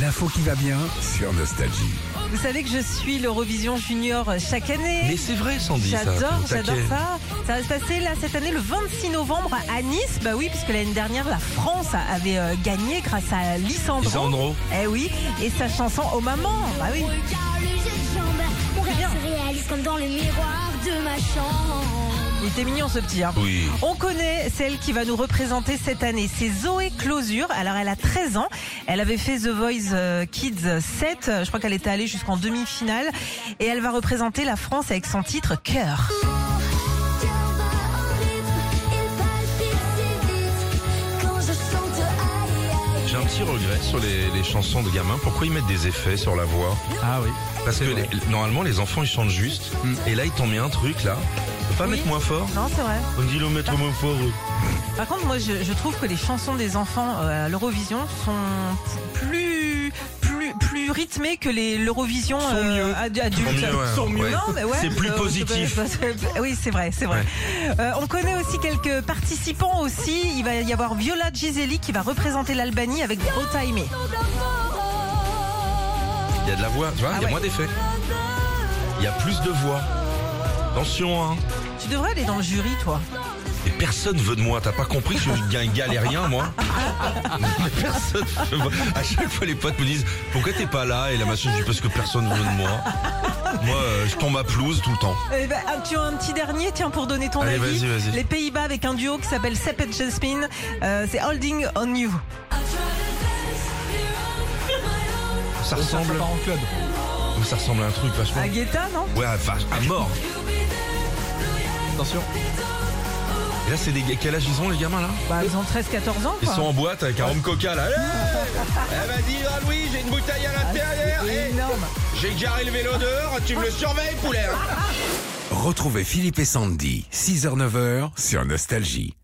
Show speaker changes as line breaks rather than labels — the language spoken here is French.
L'info qui va bien sur Nostalgie.
Vous savez que je suis l'Eurovision Junior chaque
Mais
année.
c'est vrai, Sandy. ça,
J'adore,
faut
j'adore
taquer.
ça. Ça va se passer là cette année le 26 novembre à Nice. Bah oui, puisque l'année dernière la France avait euh, gagné grâce à Lisandro.
Lisandro.
Eh oui, et sa chanson Oh maman. Bah oui.
Regarde le jeu de jambes, mon
C'est bien.
rêve se réalise comme dans le miroir de ma chambre.
Il était mignon ce petit. hein.
Oui.
On connaît celle qui va nous représenter cette année, c'est Zoé Closure. Alors elle a 13 ans, elle avait fait The Voice euh, Kids 7, Euh, je crois qu'elle était allée jusqu'en demi-finale et elle va représenter la France avec son titre Cœur.
Mon cœur bat en rythme, il palpite si vite quand je chante aïe aïe.
J'ai un petit regret sur les, les chansons de gamins. Pourquoi ils mettent des effets sur la voix
Ah oui.
Parce que les- normalement, les enfants, ils chantent juste. Et là, ils t'ont mis un truc, là. Faut pas
Oui.
mettre moins fort.
Non, c'est vrai.
On dit le mettre moins fort.
Par contre, moi je, je trouve que les chansons des enfants euh, à l'Eurovision sont plus plus plus rythmées que les l'Eurovision euh, ad- adulte.
Sont mieux, ouais. Sont mieux. Ouais.
Non, mais ouais,
C'est plus
euh,
positif.
c'est- oui, c'est vrai, c'est vrai. Euh, on connaît aussi quelques participants aussi. Il va y avoir Viola Giseli qui va représenter l'Albanie avec Brota Aimé.
Il y a de la voix, tu vois, il
Ah
y a
ouais.
moins d'effets. Il y a plus de voix. Attention, hein.
Tu devrais aller dans le jury, toi.
Et personne veut de moi. T'as pas compris que je suis un galérien, moi Mais Personne veut de moi. À chaque fois, les potes me disent Pourquoi t'es pas là Et la machine, je dis Parce que personne veut de moi. Moi, euh, je tombe à pelouse tout le temps.
Eh ben, ah, tu as un petit dernier, tiens, pour donner ton
Allez,
avis.
vas-y, vas-y.
Les Pays-Bas avec un duo qui s'appelle Sepp et Jasmine. Euh, c'est Holding on You.
Ça ressemble.
en club.
Ça ressemble à un truc vachement.
À Guetta, non
Ouais, enfin, à mort.
Attention.
Et là, c'est des gars. Quel âge ils ont, les gamins, là
bah, Ils ont 13-14 ans,
Ils
quoi.
sont en boîte avec un rhum coca, là. Hey Elle va dire Ah, Louis, j'ai une bouteille à
Ah,
l'intérieur.
C'est
Hey,
énorme.
j'ai garé le vélo dehors. Tu me le surveilles, poulet. hein
Retrouvez Philippe et Sandy, 6h-9h sur Nostalgie.